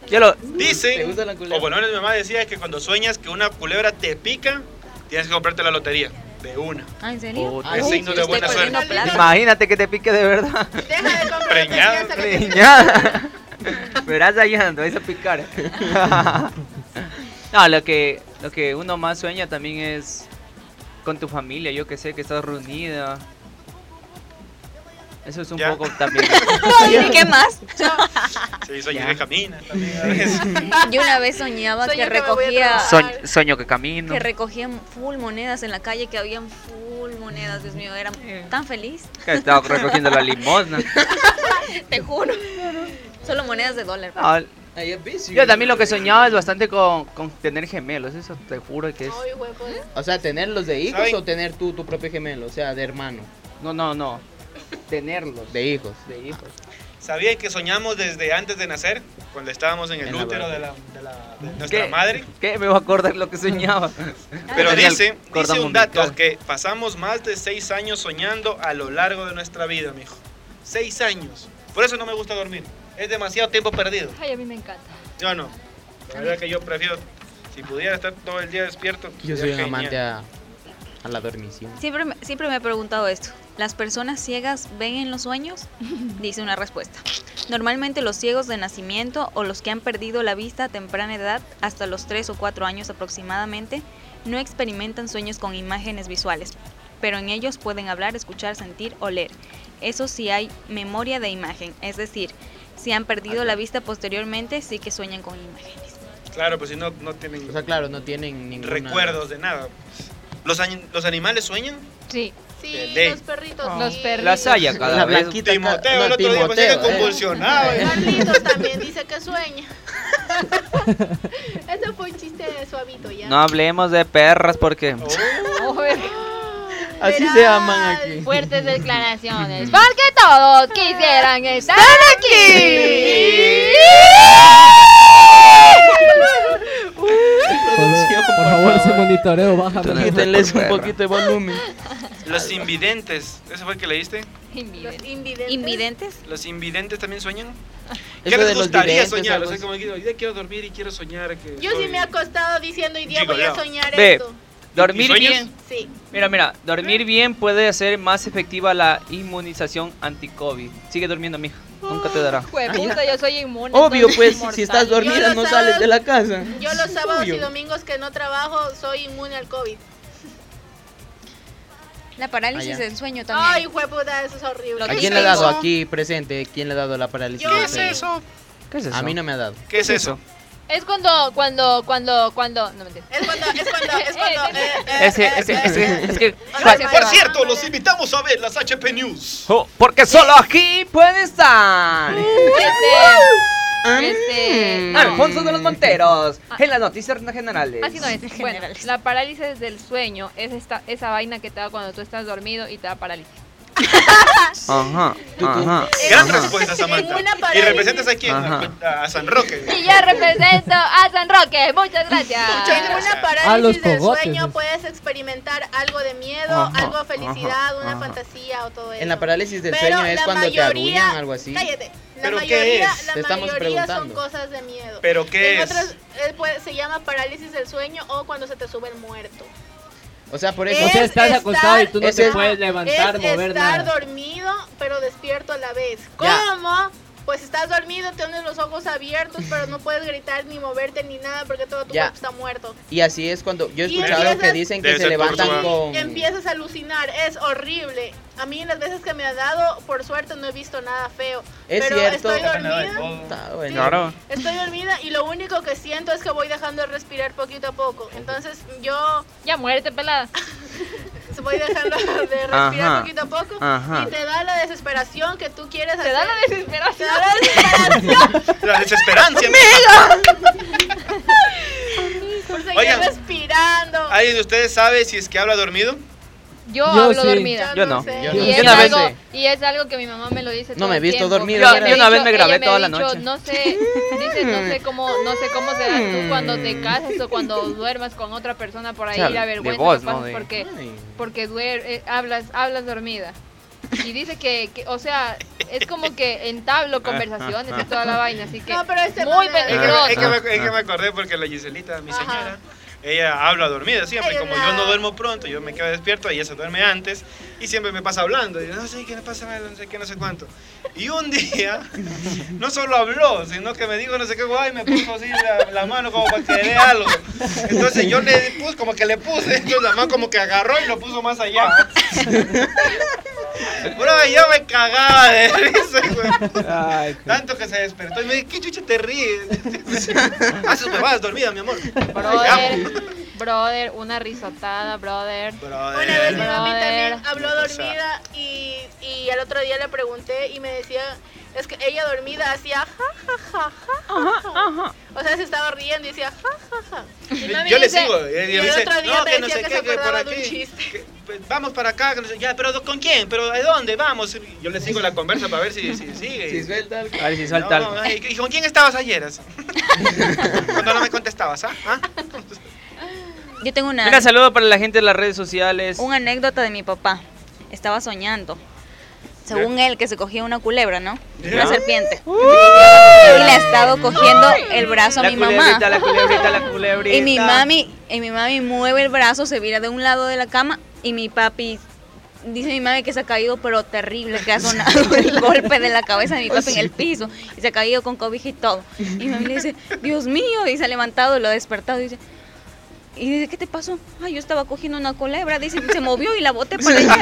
Speaker 3: Yo lo.
Speaker 5: Dicen,
Speaker 8: ¿Te gusta la culebra?
Speaker 5: o bueno, mi mamá decía que cuando sueñas que una culebra te pica, tienes que comprarte la lotería. De una.
Speaker 7: Ah, ¿en serio?
Speaker 3: Puta.
Speaker 5: Es signo de
Speaker 7: Estoy
Speaker 5: buena
Speaker 7: perdiendo
Speaker 5: suerte.
Speaker 7: plata.
Speaker 3: Imagínate que te pique de verdad.
Speaker 6: Deja de comprar
Speaker 5: Preñado.
Speaker 6: hasta que te-
Speaker 3: Preñada. Verás allá, no vais a picar. no, lo que, lo que uno más sueña también es con tu familia, yo que sé, que estás reunida. Eso es un
Speaker 5: Ya.
Speaker 3: poco también.
Speaker 7: ¿Y qué más?
Speaker 5: Sí, soñé
Speaker 3: Ya.
Speaker 5: que camina también a veces.
Speaker 7: Yo una vez soñaba
Speaker 6: Sueño
Speaker 7: que
Speaker 6: que me voy a
Speaker 7: recogía...
Speaker 6: trabajar.
Speaker 3: Soñ- sueño que camino.
Speaker 7: Que recogían full monedas en la calle, que habían full monedas, Dios mío, era tan feliz,
Speaker 3: Que estaba recogiendo la limosna.
Speaker 7: te juro. Solo monedas de dólar.
Speaker 3: No,
Speaker 8: Ahí es vicio.
Speaker 3: yo también lo que soñaba es bastante con, con tener gemelos, eso te juro que es...
Speaker 6: Ay, huevo.
Speaker 8: O sea, tener los de hijos
Speaker 5: ¿Saben?
Speaker 8: o tener tú tu propio gemelo, o sea, de hermano,
Speaker 3: No, no, no. Tenerlos.
Speaker 8: de hijos. Ah,
Speaker 3: de hijos.
Speaker 5: ¿Sabían que soñamos desde antes de nacer? Cuando estábamos en el
Speaker 8: En la
Speaker 5: útero de, la, de, la- de nuestra
Speaker 3: ¿Qué?
Speaker 5: madre.
Speaker 3: ¿Qué? Me voy a acordar lo que soñaba.
Speaker 5: Pero
Speaker 3: Tenía el
Speaker 5: dice,
Speaker 3: cordón
Speaker 5: dice un dato
Speaker 3: umbilical.
Speaker 5: que pasamos más de seis años soñando a lo largo de nuestra vida, mijo. Seis años. Por eso no me gusta dormir. Es demasiado tiempo perdido.
Speaker 2: Ay, a mí me encanta.
Speaker 5: Yo no. La verdad que yo prefiero, si pudiera estar todo el día despierto.
Speaker 8: Yo
Speaker 5: sería
Speaker 8: soy
Speaker 5: genial.
Speaker 8: un amante a, a la dormición.
Speaker 7: Siempre, me- siempre me he preguntado esto. ¿Las personas ciegas ven en los sueños? Dice una respuesta. Normalmente los ciegos de nacimiento o los que han perdido la vista a temprana edad, hasta los 3 o 4 años aproximadamente, no experimentan sueños con imágenes visuales, pero en ellos pueden hablar, escuchar, sentir o leer. Eso sí hay memoria de imagen, es decir, si han perdido la vista posteriormente, sí que sueñan con imágenes.
Speaker 5: Claro, pues si no, no tienen
Speaker 8: O sea, claro, no tienen ningún
Speaker 5: recuerdos de nada. ¿Los, añ- los animales sueñan?
Speaker 2: Sí.
Speaker 5: De
Speaker 6: Sí,
Speaker 5: ley.
Speaker 6: los perritos.
Speaker 2: Los
Speaker 6: sí.
Speaker 2: perritos.
Speaker 3: Las haya cada
Speaker 8: La
Speaker 3: vez.
Speaker 8: blanquita.
Speaker 5: Timoteo,
Speaker 8: no,
Speaker 5: el otro día pensé que
Speaker 8: Timoteo, eh.
Speaker 6: Ah,
Speaker 5: convulsionaba. eh.
Speaker 6: Carlitos también dice que sueña. Ese fue un chiste suavito ya.
Speaker 3: No hablemos de perras porque.
Speaker 5: Oh.
Speaker 2: Oye,
Speaker 8: Así
Speaker 6: Verás.
Speaker 8: se aman aquí. Mm.
Speaker 2: Fuertes declaraciones. Porque todos quisieran estar aquí.
Speaker 4: Por, por favor, ese monitoreo, bájame.
Speaker 8: Quítenles un poquito de volumen.
Speaker 5: Los invidentes, ¿ese fue el que leíste?
Speaker 2: Y
Speaker 6: Los
Speaker 2: miren,
Speaker 6: invidentes.
Speaker 7: ¿Invidentes?
Speaker 5: ¿Los invidentes también sueñan? ¿Qué
Speaker 8: Eso de
Speaker 5: les
Speaker 8: los
Speaker 5: gustaría
Speaker 8: videntes,
Speaker 5: soñar? O
Speaker 8: algo
Speaker 5: sea,
Speaker 8: así.
Speaker 5: como que, hoy día quiero dormir y quiero soñar. Que
Speaker 6: Yo
Speaker 5: soy-
Speaker 6: sí me he acostado diciendo hoy día
Speaker 5: Chico,
Speaker 6: voy a
Speaker 5: ya.
Speaker 6: soñar
Speaker 3: Ve.
Speaker 6: esto.
Speaker 3: Dormir
Speaker 5: sueños?
Speaker 3: bien.
Speaker 6: Sí.
Speaker 3: Mira, mira, dormir bien puede hacer más efectiva la inmunización anti-COVID. Sigue durmiendo, mija. Nunca te dará.
Speaker 2: jueputa, yo soy inmune.
Speaker 8: Obvio,
Speaker 2: entonces
Speaker 8: pues,
Speaker 2: inmortal.
Speaker 8: si estás dormida
Speaker 6: Yo
Speaker 8: no
Speaker 6: los
Speaker 8: sales
Speaker 6: sábados-
Speaker 8: de la casa.
Speaker 6: Yo los sábados y
Speaker 8: Obvio.
Speaker 6: domingos que no trabajo soy inmune al COVID.
Speaker 7: La parálisis
Speaker 8: Ah, ya.
Speaker 7: del sueño
Speaker 6: Ay,
Speaker 7: también.
Speaker 6: hueputa, eso es horrible.
Speaker 7: Lo
Speaker 8: ¿A
Speaker 7: que
Speaker 8: quién
Speaker 7: le
Speaker 8: le ha dado
Speaker 7: tengo-
Speaker 8: aquí presente? ¿Quién le ha dado la parálisis?
Speaker 6: Yo
Speaker 8: del
Speaker 5: ¿Qué es
Speaker 8: sueño?
Speaker 5: eso?
Speaker 3: ¿Qué es eso?
Speaker 8: A mí no me ha dado.
Speaker 5: ¿Qué es eso?
Speaker 2: Es cuando, cuando, cuando, cuando. No mentira.
Speaker 6: Es cuando, es cuando, es cuando. eh, eh,
Speaker 3: Ese,
Speaker 6: eh,
Speaker 3: ese,
Speaker 6: eh,
Speaker 3: ese,
Speaker 6: eh.
Speaker 3: es que.
Speaker 6: Gracias,
Speaker 5: Por
Speaker 6: Eva.
Speaker 5: cierto, los invitamos a ver las HP News.
Speaker 3: Oh, porque solo aquí puede estar.
Speaker 2: Este.
Speaker 7: Hmm.
Speaker 2: este
Speaker 8: Mm.
Speaker 2: no.
Speaker 3: Alfonso de los Monteros. En las noticias generales.
Speaker 2: Ah. Así no es. Bueno,
Speaker 7: Generales.
Speaker 2: la parálisis del sueño es esta, esa vaina que te da cuando tú estás dormido y te da parálisis.
Speaker 3: Ajá. Ajá.
Speaker 6: Eh,
Speaker 5: Gran
Speaker 3: ajá.
Speaker 5: respuesta, Samantha.
Speaker 6: Ninguna
Speaker 5: ¿Y
Speaker 6: parálisis.
Speaker 5: representas a quién?
Speaker 3: Ajá.
Speaker 5: A, a San Roque.
Speaker 2: Y yo represento a Ah, San Roque. Muchas gracias.
Speaker 5: Muchas
Speaker 6: En
Speaker 5: gracias.
Speaker 6: una
Speaker 4: Ah, los
Speaker 6: parálisis del
Speaker 4: cogotes,
Speaker 6: sueño
Speaker 4: es.
Speaker 6: puedes experimentar algo de miedo,
Speaker 3: Ajá,
Speaker 6: algo de felicidad,
Speaker 3: ajá,
Speaker 6: una
Speaker 3: ajá.
Speaker 6: fantasía o todo eso.
Speaker 8: En la parálisis del
Speaker 6: Pero
Speaker 8: sueño es
Speaker 6: la
Speaker 8: cuando te
Speaker 6: mayoría-
Speaker 8: arrullan, algo así.
Speaker 6: Cállate. La
Speaker 5: ¿Pero qué
Speaker 6: mayoría,
Speaker 5: es?
Speaker 6: la
Speaker 8: Te estamos
Speaker 6: mayoría son
Speaker 8: preguntando.
Speaker 6: cosas de miedo.
Speaker 5: ¿Pero qué
Speaker 6: en
Speaker 5: es?
Speaker 6: otras eh, puede- se llama parálisis del sueño o cuando se te sube el muerto.
Speaker 8: O sea, por
Speaker 4: O
Speaker 8: eso.
Speaker 4: sea,
Speaker 6: Es
Speaker 4: estás acostado y tú no
Speaker 8: estar-
Speaker 4: te
Speaker 8: es-
Speaker 4: puedes levantar,
Speaker 6: es
Speaker 4: mover
Speaker 6: estar
Speaker 4: nada.
Speaker 6: dormido pero despierto a la vez.
Speaker 8: Ya.
Speaker 6: ¿Cómo? Pues estás dormido, tienes los ojos abiertos, pero no puedes gritar ni moverte ni nada porque todo tu
Speaker 8: Ya.
Speaker 6: cuerpo está muerto.
Speaker 8: Y así es cuando. Yo he
Speaker 6: Eh, Y
Speaker 8: escuchado que
Speaker 6: empiezas-
Speaker 8: dicen
Speaker 5: Debe
Speaker 8: que se
Speaker 5: ser
Speaker 8: levantan
Speaker 5: tortuga.
Speaker 8: con.
Speaker 6: Empiezas a alucinar, es horrible. A mí las veces que me ha dado, por suerte no he visto nada feo.
Speaker 8: Es
Speaker 6: pero
Speaker 8: cierto.
Speaker 6: estoy
Speaker 5: Está nada de
Speaker 6: dormida,
Speaker 5: modo.
Speaker 8: Está bueno.
Speaker 3: Claro.
Speaker 6: estoy dormida y lo único que siento es que voy dejando de respirar poquito a poco. Entonces yo
Speaker 2: Ya muérete, pelada.
Speaker 6: voy dejando de respirar
Speaker 3: Ajá,
Speaker 6: poquito a poco
Speaker 3: ajá.
Speaker 6: y te da la desesperación que tú quieres
Speaker 2: Te da
Speaker 6: hacer.
Speaker 2: la
Speaker 6: Te
Speaker 2: desesperación.
Speaker 6: da la desesperación
Speaker 5: La desesperancia.
Speaker 6: por seguir
Speaker 5: Oigan.
Speaker 6: respirando.
Speaker 5: ¿Alguien de ustedes sabe si es que habla dormido?
Speaker 2: Yo,
Speaker 4: Yo
Speaker 2: hablo
Speaker 4: sí.
Speaker 2: dormida.
Speaker 3: Yo no.
Speaker 6: sé.
Speaker 8: Yo
Speaker 2: Y
Speaker 8: no.
Speaker 2: es,
Speaker 3: Yo una vez
Speaker 2: algo,
Speaker 3: me-
Speaker 2: y es algo que mi mamá me lo dice
Speaker 8: No
Speaker 2: todo
Speaker 8: me he
Speaker 2: el
Speaker 8: visto
Speaker 2: tiempo.
Speaker 8: dormido.
Speaker 2: Ella
Speaker 3: Yo-
Speaker 2: ha
Speaker 3: yo una vez
Speaker 2: dicho-
Speaker 3: me grabé
Speaker 2: ella ha
Speaker 3: toda la
Speaker 2: dicho,
Speaker 3: noche.
Speaker 2: No sé, dice, no sé cómo, no sé cómo serás tú cuando
Speaker 8: Mm.
Speaker 2: te casas o cuando duermas con otra persona por ahí,
Speaker 3: O sea,
Speaker 2: la
Speaker 3: de
Speaker 2: vergüenza
Speaker 3: voz,
Speaker 2: que
Speaker 3: ¿no?
Speaker 2: pasas
Speaker 3: De-
Speaker 2: porque,
Speaker 8: Ay.
Speaker 2: porque duer- eh, hablas, hablas dormida. Y dice que, que, o sea, es como que entablo conversaciones y toda la vaina, así que
Speaker 6: No, pero este
Speaker 2: muy
Speaker 6: no me-
Speaker 5: Es que, me- es que
Speaker 2: peligroso.
Speaker 5: me, es que me acordé porque la Giselita, mi
Speaker 6: Ajá.
Speaker 5: señora, ella habla dormida siempre.
Speaker 6: Ay,
Speaker 5: Como
Speaker 6: hola.
Speaker 5: yo no duermo pronto, yo me quedo despierto, ella se duerme antes y siempre me pasa hablando. Y yo, no sé qué, no pasa, no sé qué, no sé cuánto. Y un día, no solo habló, sino que me dijo no sé qué guay, me puso así la, la mano como para que le dé algo. Entonces yo le puse, como que le puse, entonces la mano como que agarró y lo puso más allá. Bro, yo me cagaba de risa, güey.
Speaker 3: Ay, qué-
Speaker 5: Tanto que se despertó y me dijo, ¿qué chucha te ríes? Ah, sus bebadas dormida, mi amor.
Speaker 2: Brother, brother, una risotada, brother.
Speaker 5: Brother.
Speaker 6: Una vez mi mami
Speaker 2: Brother.
Speaker 6: también habló
Speaker 5: Una cosa.
Speaker 6: dormida y, y al otro día le pregunté y me decía, es que ella dormida hacía ja ja ja ja. ja". O sea, se estaba riendo y decía ja ja ja. Y mami
Speaker 5: Yo le
Speaker 6: dice-
Speaker 5: sigo. eh,
Speaker 6: y
Speaker 5: me
Speaker 6: el
Speaker 5: dice,
Speaker 6: otro día
Speaker 5: no,
Speaker 6: te
Speaker 5: que no
Speaker 6: decía
Speaker 5: sé
Speaker 6: que
Speaker 5: qué,
Speaker 6: se
Speaker 5: que por
Speaker 6: acordaba de un
Speaker 5: aquí.
Speaker 6: chiste.
Speaker 5: que, pues, vamos para acá. que no sé- ya, pero ¿con quién? ¿Pero a dónde? Vamos. Yo le sigo la conversa para ver si, si sigue.
Speaker 8: Si suelta algo.
Speaker 3: A ver si suelta
Speaker 5: No,
Speaker 3: algo.
Speaker 5: no, ay, ¿Y con quién estabas ayer? así? Cuando no me contestabas, ¿ah? ¿Ah?
Speaker 7: Yo tengo una...
Speaker 3: Mira, saludo para la gente de las redes sociales.
Speaker 7: Una anécdota de mi papá. Estaba soñando. según él, que se cogía una culebra, ¿no? Una
Speaker 5: Ya.
Speaker 7: serpiente. Y le ha estado cogiendo el brazo a
Speaker 3: Uh. La
Speaker 7: mi mamá.
Speaker 3: culebrita, la culebrita, la culebrita.
Speaker 7: Y mi mami, y mi mami mueve el brazo, se vira de un lado de la cama y mi papi dice mi mami que se ha caído pero terrible, que ha sonado el golpe de la cabeza de mi papi en el piso y se ha caído con cobija y todo. Y mi mami le dice, "Dios mío", y se ha levantado, lo ha despertado y dice y dice, ¿qué te pasó? Ay, yo estaba cogiendo una culebra, dice, se movió y la boté para allá.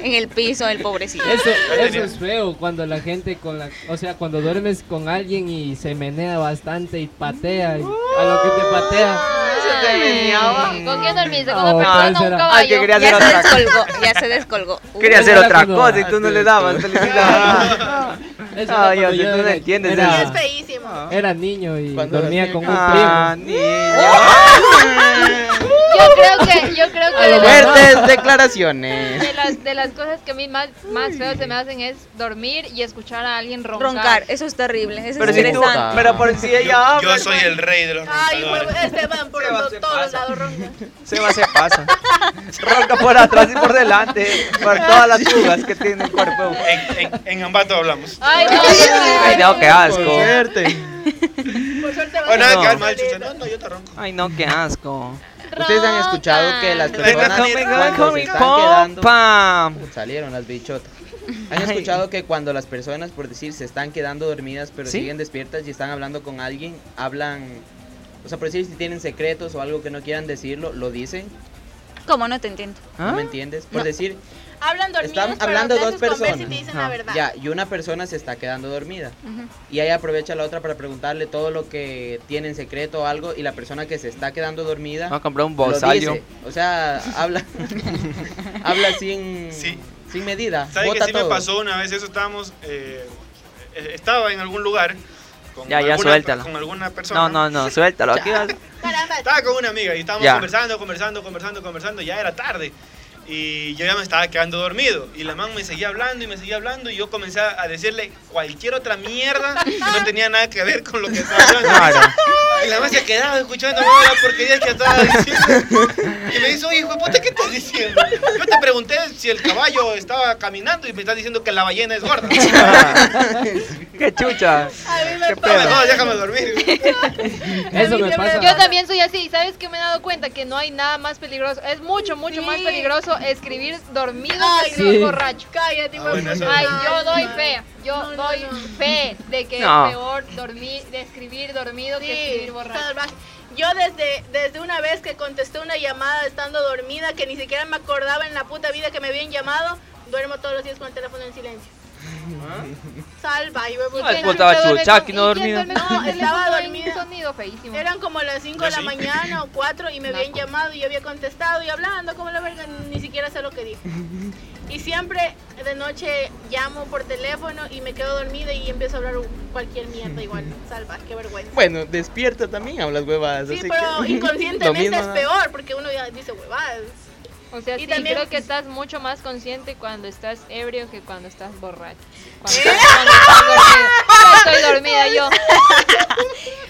Speaker 7: en el piso, el pobrecito.
Speaker 4: Eso,
Speaker 5: Ahí
Speaker 4: eso
Speaker 5: tenía.
Speaker 4: es feo cuando la gente con la, o sea, cuando duermes con alguien y se menea bastante y patea y a lo que te patea.
Speaker 3: Se te meneaba.
Speaker 2: Ay, ¿Con quién dormiste? ¿Con
Speaker 4: No,
Speaker 2: una persona o
Speaker 4: ese
Speaker 2: un
Speaker 4: era-
Speaker 2: caballo?
Speaker 3: Ay, Ah, que quería hacer
Speaker 7: Ya se
Speaker 3: otra cosa.
Speaker 7: descolgó, ya se descolgó. Uy.
Speaker 3: Quería hacer
Speaker 4: Era
Speaker 3: otra
Speaker 4: cuando-
Speaker 3: cosa y tú no le dabas felicidad.
Speaker 4: Eso
Speaker 3: Ah,
Speaker 4: era
Speaker 3: ya
Speaker 4: cuando
Speaker 3: sé,
Speaker 4: yo
Speaker 3: tú no
Speaker 4: era-
Speaker 3: entiendes
Speaker 4: era-
Speaker 3: nada.
Speaker 6: Es feísimo.
Speaker 4: Era niño y
Speaker 8: Cuando
Speaker 4: dormía
Speaker 8: dormía
Speaker 4: con un
Speaker 3: Ah,
Speaker 4: primo.
Speaker 3: niña.
Speaker 2: Yo creo que, yo creo que de, las,
Speaker 8: Fuertes declaraciones.
Speaker 2: de las- de las cosas que a mí más, más feo se me hacen es dormir y escuchar a alguien roncar.
Speaker 7: Roncar, eso es terrible, eso
Speaker 3: Pero
Speaker 7: es
Speaker 3: si tú,
Speaker 7: estresante.
Speaker 8: interesante.
Speaker 3: pero por si ella
Speaker 5: Yo, yo
Speaker 3: habla, pues.
Speaker 5: soy el rey de los
Speaker 6: Ay, pues, huevo,
Speaker 5: roncadores.
Speaker 6: Esteban, por
Speaker 3: Se va,
Speaker 6: los-
Speaker 3: se
Speaker 6: todos
Speaker 3: pasa.
Speaker 6: lados ronca.
Speaker 3: se va, se pasa. Ronca por atrás y por delante, por todas las fugas que tiene el cuerpo.
Speaker 5: En, en, en Ambato hablamos.
Speaker 2: Ay, no,
Speaker 3: Ay, no, qué asco.
Speaker 6: Por suerte
Speaker 5: Bueno,
Speaker 6: vas a
Speaker 5: nada,
Speaker 3: no.
Speaker 5: que
Speaker 6: salir.
Speaker 5: al mal, chucha. No, no, yo te ronco.
Speaker 3: Ay, no, qué asco.
Speaker 8: Ustedes han escuchado que las
Speaker 2: Roncan.
Speaker 8: personas
Speaker 5: Coming,
Speaker 8: cuando se
Speaker 3: coming,
Speaker 8: están quedando
Speaker 3: pam.
Speaker 8: salieron las bichotas. Han
Speaker 3: Ay.
Speaker 8: escuchado que cuando las personas, por decir, se están quedando dormidas pero
Speaker 3: ¿Sí?
Speaker 8: siguen despiertas y están hablando con alguien, hablan, o sea, por decir si tienen secretos o algo que no quieran decirlo, lo dicen.
Speaker 7: ¿Cómo no te entiendo?
Speaker 3: ¿Ah?
Speaker 8: ¿No me entiendes? Por decir,
Speaker 6: Hablan dormidos,
Speaker 8: están
Speaker 6: pero
Speaker 8: hablando
Speaker 6: te
Speaker 8: dos
Speaker 6: haces convencer
Speaker 8: personas.
Speaker 6: y te dicen
Speaker 3: Ajá.
Speaker 6: la verdad.
Speaker 8: Ya, y una persona se está quedando dormida.
Speaker 7: Ujú.
Speaker 8: Y ahí aprovecha la otra para preguntarle todo lo que tiene en secreto o algo. Y la persona que se está quedando dormida
Speaker 3: Vamos a comprar un
Speaker 8: lo
Speaker 3: bozallo.
Speaker 8: dice. O sea, habla, habla sin,
Speaker 5: Sí.
Speaker 8: sin medida.
Speaker 5: ¿Sabes que
Speaker 8: bota
Speaker 5: sí me
Speaker 8: todo.
Speaker 5: pasó una vez eso? Estábamos. eh, eh, estaba en algún lugar. Con
Speaker 3: Ya, ya,
Speaker 5: alguna,
Speaker 3: suéltala.
Speaker 5: Con alguna persona.
Speaker 3: No, no, no, suéltalo. Aquí vas-
Speaker 6: Caramba,
Speaker 5: Estaba con una amiga y estábamos
Speaker 3: Ya.
Speaker 5: conversando, conversando, conversando, conversando. Ya era tarde. Y yo ya me estaba quedando dormido. Y la man me seguía hablando y me seguía hablando. Y yo comencé a decirle cualquier otra mierda que no tenía nada que ver con lo que estaba hablando.
Speaker 3: Claro.
Speaker 5: Y la más se quedaba escuchando toda la porquería que estaba diciendo. Y me dice, oye, hijo de puta, ¿qué estás diciendo? Yo te pregunté si el caballo estaba caminando y me estás diciendo que la ballena es gorda.
Speaker 3: Qué chucha.
Speaker 6: a mí me
Speaker 3: Qué pedo.
Speaker 5: No,
Speaker 6: pasa.
Speaker 5: mejor déjame dormir.
Speaker 4: Eso me pasa.
Speaker 2: Yo también soy así, ¿sabes qué me he dado cuenta? Que no hay nada más peligroso, es mucho, mucho
Speaker 6: Sí.
Speaker 2: más peligroso escribir dormido
Speaker 6: Ay,
Speaker 2: que
Speaker 4: sí.
Speaker 2: escribir borracho.
Speaker 6: Cállate,
Speaker 5: Ah,
Speaker 6: hijo de
Speaker 5: bueno, eso-
Speaker 6: puta.
Speaker 2: Ay, yo doy fe, yo
Speaker 6: No, no,
Speaker 2: doy
Speaker 6: no.
Speaker 2: fe de que
Speaker 3: No.
Speaker 2: es peor dormir, de escribir dormido
Speaker 6: Sí,
Speaker 2: que escribir borracho.
Speaker 6: salvaje. Yo desde, desde una vez que contesté una llamada estando dormida, que ni siquiera me acordaba en la puta vida que me habían llamado, duermo todos los días con el teléfono en silencio.
Speaker 5: Ah.
Speaker 6: Salva, y huevo.
Speaker 3: Ay,
Speaker 2: ¿Quién
Speaker 3: puta,
Speaker 2: duerme con-
Speaker 3: chucha, que no
Speaker 2: y quién
Speaker 3: dormida.
Speaker 2: duerme con
Speaker 6: No,
Speaker 2: el
Speaker 6: estaba
Speaker 2: teléfono en
Speaker 6: dormida.
Speaker 2: sonido feísimo.
Speaker 6: Eran como las 5
Speaker 5: ¿Ah,
Speaker 6: de la
Speaker 5: sí?
Speaker 6: mañana o 4 y me habían
Speaker 2: Naco.
Speaker 6: llamado y yo había contestado y hablando como la verga, ni siquiera sé lo que dije. Y siempre de noche llamo por teléfono y me quedo dormida y empiezo a hablar cualquier mierda igual. Salva, qué vergüenza.
Speaker 8: Bueno, despierta también, hablas huevadas.
Speaker 6: Sí,
Speaker 8: así
Speaker 6: pero
Speaker 8: que... Lo
Speaker 6: inconscientemente
Speaker 8: mismo,
Speaker 6: es
Speaker 8: ¿no?
Speaker 6: peor porque uno ya dice huevadas.
Speaker 2: O sea,
Speaker 6: Y
Speaker 2: sí,
Speaker 6: también-
Speaker 2: creo que estás mucho más consciente cuando estás ebrio que cuando estás borracho. Cuando, cuando estás dormido. Ya estoy dormida yo.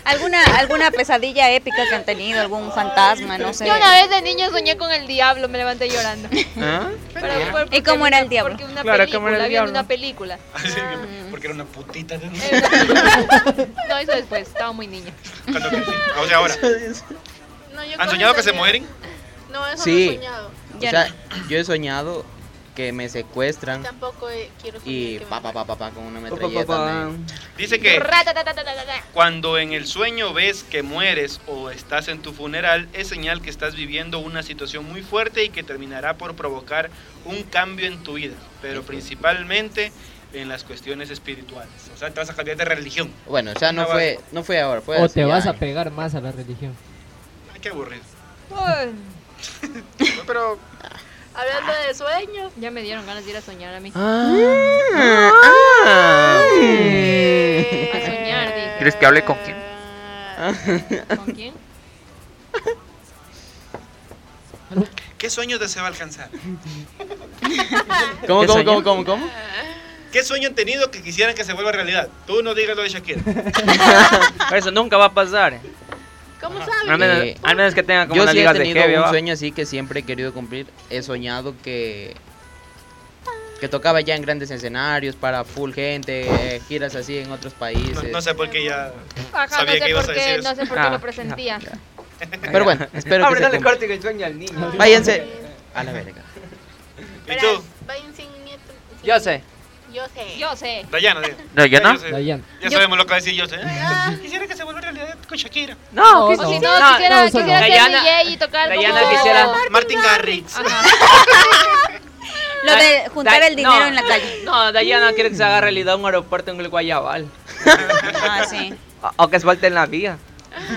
Speaker 7: ¿Alguna, alguna pesadilla épica que han tenido, algún fantasma, no sé.
Speaker 2: Yo una vez de niño soñé con el diablo, me levanté llorando.
Speaker 3: ¿Ah?
Speaker 2: Pero fue
Speaker 7: ¿Y
Speaker 2: porque
Speaker 7: cómo
Speaker 2: vi
Speaker 7: era
Speaker 2: una-
Speaker 7: el diablo?
Speaker 2: Porque una
Speaker 3: Claro, ¿cómo
Speaker 2: película,
Speaker 3: era
Speaker 2: viendo
Speaker 3: el diablo?
Speaker 2: una película.
Speaker 5: Así que- Porque era una putita. ¿no?
Speaker 2: Era una película. Ah. No, eso después, estaba muy niña.
Speaker 5: Cuando crecí. O sea, ahora.
Speaker 6: No, yo
Speaker 5: ¿Han
Speaker 6: con
Speaker 5: soñado
Speaker 6: esa
Speaker 5: que se
Speaker 6: mierda-
Speaker 5: mueren?
Speaker 6: No, eso
Speaker 8: Sí.
Speaker 6: no he soñado.
Speaker 8: O
Speaker 7: Yo
Speaker 8: sea,
Speaker 7: no.
Speaker 8: yo he soñado que me secuestran
Speaker 6: Tampoco eh, quiero soñar.
Speaker 8: Ah. y
Speaker 6: que me
Speaker 8: pa pa pa pa, pa, con una
Speaker 3: Pa, pa, pa,
Speaker 8: metralleta.
Speaker 3: pa.
Speaker 8: men.
Speaker 5: Dice que
Speaker 2: Ratatatatata.
Speaker 5: cuando en el sueño ves que mueres o estás en tu funeral, es señal que estás viviendo una situación muy fuerte y que terminará por provocar un cambio en tu vida, pero principalmente en las cuestiones espirituales. O sea, te vas a cambiar de religión.
Speaker 8: Bueno, o sea,
Speaker 3: Ah,
Speaker 8: no
Speaker 5: No,
Speaker 8: fue, no fue ahora, fue
Speaker 4: O
Speaker 8: hace
Speaker 4: te
Speaker 8: ya
Speaker 4: vas a
Speaker 8: años.
Speaker 4: pegar más a la religión.
Speaker 5: Ay, qué aburrido.
Speaker 2: Ay,
Speaker 5: Pero
Speaker 6: Hablando de sueños.
Speaker 2: Ya me dieron ganas de ir a soñar a mí.
Speaker 3: Ah, ah.
Speaker 6: eh,
Speaker 2: soñar, dije.
Speaker 3: ¿Quieres que hable con quién?
Speaker 6: Ah.
Speaker 2: ¿Con quién?
Speaker 5: ¿qué sueño deseo alcanzar?
Speaker 8: ¿Cómo,
Speaker 3: ¿Qué
Speaker 8: cómo,
Speaker 3: soñó?
Speaker 8: cómo, cómo, cómo?
Speaker 5: ¿Qué sueño han tenido que quisieran que se vuelva realidad? Tú no digas lo de Shakira.
Speaker 3: Pero Eso nunca va a pasar.
Speaker 6: ¿Cómo
Speaker 3: Al
Speaker 6: sabes?
Speaker 3: menos,
Speaker 8: Eh,
Speaker 3: al menos que tenga Ah, como
Speaker 8: Yo
Speaker 3: una
Speaker 8: sí
Speaker 3: liga
Speaker 8: he
Speaker 3: de
Speaker 8: tenido
Speaker 3: heavy
Speaker 8: un
Speaker 3: abajo.
Speaker 8: sueño así que siempre he querido cumplir. He soñado que que tocaba ya en grandes escenarios para full gente, eh, giras así en otros
Speaker 5: No,
Speaker 8: países.
Speaker 5: no sé por qué ya.
Speaker 2: Ajá, no
Speaker 5: Sabía que
Speaker 2: sé
Speaker 5: ibas
Speaker 2: por
Speaker 5: a decir
Speaker 2: qué,
Speaker 5: eso.
Speaker 2: no sé por qué
Speaker 3: Ah,
Speaker 2: lo presentía.
Speaker 8: Pero bueno, espero que
Speaker 10: Abre,
Speaker 8: se
Speaker 10: dale
Speaker 8: cumpla.
Speaker 10: corte que sueña al niño.
Speaker 8: Váyanse a la verga.
Speaker 5: ¿Y tú?
Speaker 6: Vayan sin nieto. sin-
Speaker 3: Yo sé.
Speaker 6: Yo sé.
Speaker 2: Yo sé.
Speaker 5: Dayana, diga.
Speaker 3: ¿Dayana?
Speaker 5: Ya, sé.
Speaker 4: Dayan.
Speaker 5: Ya
Speaker 2: Yo-
Speaker 5: sabemos lo que va a decir yo. sé. Ah, quisiera que se vuelva realidad con Shakira.
Speaker 3: No,
Speaker 4: No,
Speaker 3: ¿qué-
Speaker 2: O si
Speaker 4: No,
Speaker 2: no, quisiera,
Speaker 4: no, eso no.
Speaker 2: quisiera ser
Speaker 3: Dayana-
Speaker 2: DJ y tocar
Speaker 3: Dayana
Speaker 2: como...
Speaker 3: quisiera-
Speaker 5: Martin Garrix.
Speaker 2: Ajá.
Speaker 7: Lo de juntar
Speaker 3: Da-
Speaker 7: el dinero
Speaker 3: no.
Speaker 7: en la calle.
Speaker 3: No, Dayana quiere que se haga realidad un aeropuerto en el Guayabal.
Speaker 7: Ah, sí.
Speaker 3: O, o que suelte en la vía.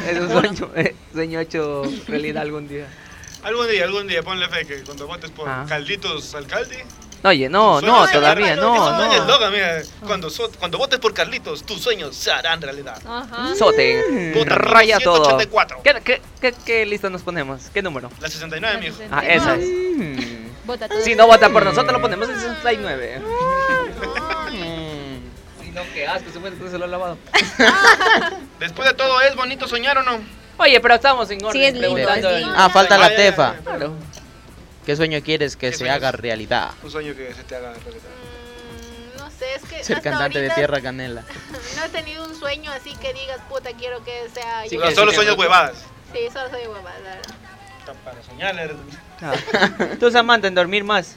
Speaker 3: Es un sueño, eh, sueño hecho realidad algún día.
Speaker 5: Algún día, algún día, ponle fe que cuando votes por
Speaker 3: Ah.
Speaker 5: Calditos Alcalde.
Speaker 3: No, oye, no,
Speaker 5: tus
Speaker 3: no,
Speaker 5: sueños se
Speaker 3: todavía,
Speaker 5: harán-
Speaker 3: no,
Speaker 5: ese sueño es
Speaker 3: no.
Speaker 5: loca, mira. Cuando, so- cuando votes por Carlitos, tus sueños se harán realidad.
Speaker 2: Ajá.
Speaker 3: Sote,
Speaker 5: Vota por
Speaker 3: raya todo.
Speaker 5: 184.
Speaker 3: ¿Qué, qué, qué, qué lista nos ponemos? ¿Qué número?
Speaker 5: La 69, mijo.
Speaker 3: Ah, esa es.
Speaker 2: Vota tú.
Speaker 3: Si no vota por nosotros, lo ponemos en 69.
Speaker 8: Ah,
Speaker 3: Si no, qué asco, se puede se lo he lavado.
Speaker 5: Después de todo, ¿es bonito soñar o no?
Speaker 3: Oye, pero estamos en orden
Speaker 7: Sí, es lindo,
Speaker 3: preguntando.
Speaker 7: es lindo.
Speaker 8: Ah, falta
Speaker 5: Ah,
Speaker 8: la
Speaker 5: ya,
Speaker 8: tefa.
Speaker 5: ya, ya.
Speaker 3: Claro.
Speaker 8: ¿Qué sueño quieres que
Speaker 5: ¿Qué
Speaker 8: se
Speaker 5: sueños?
Speaker 8: haga realidad?
Speaker 5: Un sueño que se te haga realidad.
Speaker 6: Mm, No sé, es que.
Speaker 8: Ser
Speaker 6: hasta
Speaker 8: cantante de
Speaker 6: ahorita
Speaker 8: tierra canela.
Speaker 6: No he tenido un sueño así que digas, puta, quiero que sea.
Speaker 3: Sí,
Speaker 6: yo.
Speaker 5: Pero
Speaker 3: que-
Speaker 5: solo
Speaker 3: sí,
Speaker 5: sueños
Speaker 3: que-
Speaker 5: huevadas.
Speaker 6: Sí, solo soy huevada, la verdad.
Speaker 5: Tan Para soñar, er-
Speaker 3: Tú, Samantha, en dormir más.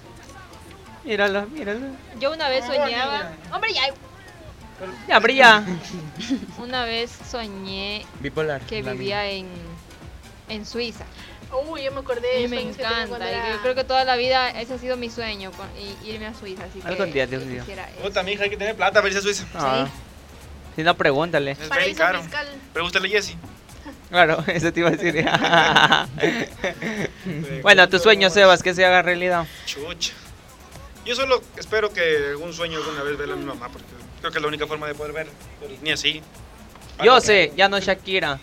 Speaker 3: Mírala, mírala.
Speaker 2: Yo una vez soñaba... Hombre, ya.
Speaker 3: Ya, brilla.
Speaker 2: Una vez soñé
Speaker 8: Bipolar.
Speaker 2: que
Speaker 8: la
Speaker 2: vivía
Speaker 8: mía.
Speaker 2: en, en Suiza.
Speaker 6: Uy, yo me acordé de
Speaker 2: Y me
Speaker 6: sueños que tenía cuando
Speaker 2: encanta. y
Speaker 6: era-
Speaker 2: Yo creo que toda la vida ese ha sido mi sueño, con- i- irme a Suiza. Así que,
Speaker 3: Algún día, Dios mío.
Speaker 2: quisiera eso.
Speaker 5: Puta, mija, hay que tener plata para irse a Suiza.
Speaker 3: Ah. Si no, pregúntale.
Speaker 5: Es very
Speaker 6: Paraíso
Speaker 5: caro.
Speaker 6: fiscal.
Speaker 5: Pregúntale a Jessy.
Speaker 3: Claro, eso te iba a decir. bueno, tu sueño, Sebas, que se haga realidad.
Speaker 5: Chucha. Yo solo espero que algún sueño alguna vez vea a mi mamá, porque creo que es la única forma de poder ver. Pero ni así.
Speaker 3: Yo sé, ya no Shakira.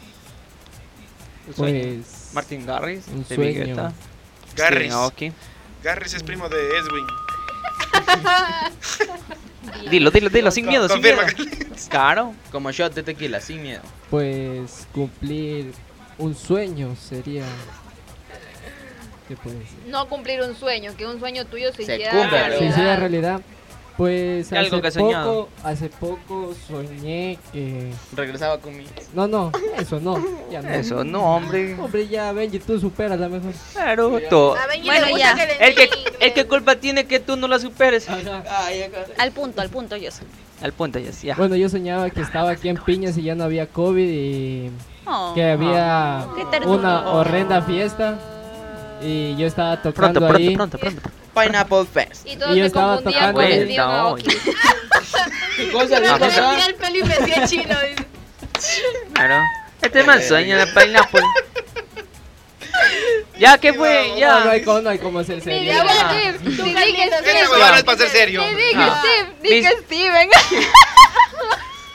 Speaker 3: Un sueño.
Speaker 4: Pues.
Speaker 3: Martin Garris,
Speaker 4: un
Speaker 3: de
Speaker 4: sueño.
Speaker 3: Vigueta.
Speaker 5: Garris.
Speaker 3: Steven Aoki.
Speaker 5: Garris es primo de Edwin.
Speaker 3: Dilo, dilo, dilo, sin
Speaker 5: Con-
Speaker 3: miedo, sin miedo.
Speaker 5: confirma.
Speaker 3: Claro.
Speaker 8: Como shot de tequila, sin miedo.
Speaker 4: Pues cumplir un sueño sería. ¿Qué puede ser?
Speaker 2: No cumplir un sueño, que un sueño tuyo se,
Speaker 3: Pues
Speaker 8: Se
Speaker 2: hiciera
Speaker 8: cumpla,
Speaker 2: realidad.
Speaker 4: Si hiciera realidad, pues
Speaker 3: Algo
Speaker 4: hace
Speaker 3: que has soñado.
Speaker 4: poco, hace poco soñé que.
Speaker 8: Regresaba conmigo.
Speaker 4: No, no, eso no. Ya no.
Speaker 3: Eso, no, hombre.
Speaker 4: Hombre, ya Benji, tú superas la mejor.
Speaker 3: Claro, todo.
Speaker 6: A Benji
Speaker 7: Bueno,
Speaker 6: le gusta
Speaker 7: ya.
Speaker 6: que le
Speaker 3: El que,
Speaker 6: enseñen
Speaker 3: el que
Speaker 6: inglés.
Speaker 3: culpa tiene que tú no la superes.
Speaker 7: Al punto, al punto, yo sé.
Speaker 3: Al punto, ya, ya.
Speaker 4: Bueno, yo soñaba que estaba aquí en Piñas y ya no había COVID y
Speaker 7: Oh,
Speaker 4: que había
Speaker 7: Qué ternura.
Speaker 4: una horrenda fiesta. Y yo estaba tocando
Speaker 3: Pronto, pronto,
Speaker 4: ahí.
Speaker 3: pronto, pronto.
Speaker 8: Pineapple Fest.
Speaker 2: Y
Speaker 4: Y
Speaker 2: todos
Speaker 4: yo
Speaker 2: se
Speaker 4: estaba
Speaker 2: confundían
Speaker 4: tocando
Speaker 2: con
Speaker 4: ahí.
Speaker 2: el tío Naoki.
Speaker 8: ¿Qué cosa
Speaker 6: Me
Speaker 3: Vamos a-
Speaker 6: metía el pelo y me decía chino. dice.
Speaker 3: Claro. Este es mal sueño, la pineapple. ya, ¿qué fue?
Speaker 4: No, no
Speaker 3: Ya.
Speaker 4: hay como, no hay como ser
Speaker 2: Ni
Speaker 4: serio.
Speaker 2: diga Steve, ni
Speaker 6: Tú,
Speaker 2: diga
Speaker 6: Carlitos,
Speaker 2: Steve.
Speaker 5: Este huevón es para ser serio.
Speaker 2: Ni diga
Speaker 3: Ah.
Speaker 2: Steve,
Speaker 3: Mis-
Speaker 2: diga Steven.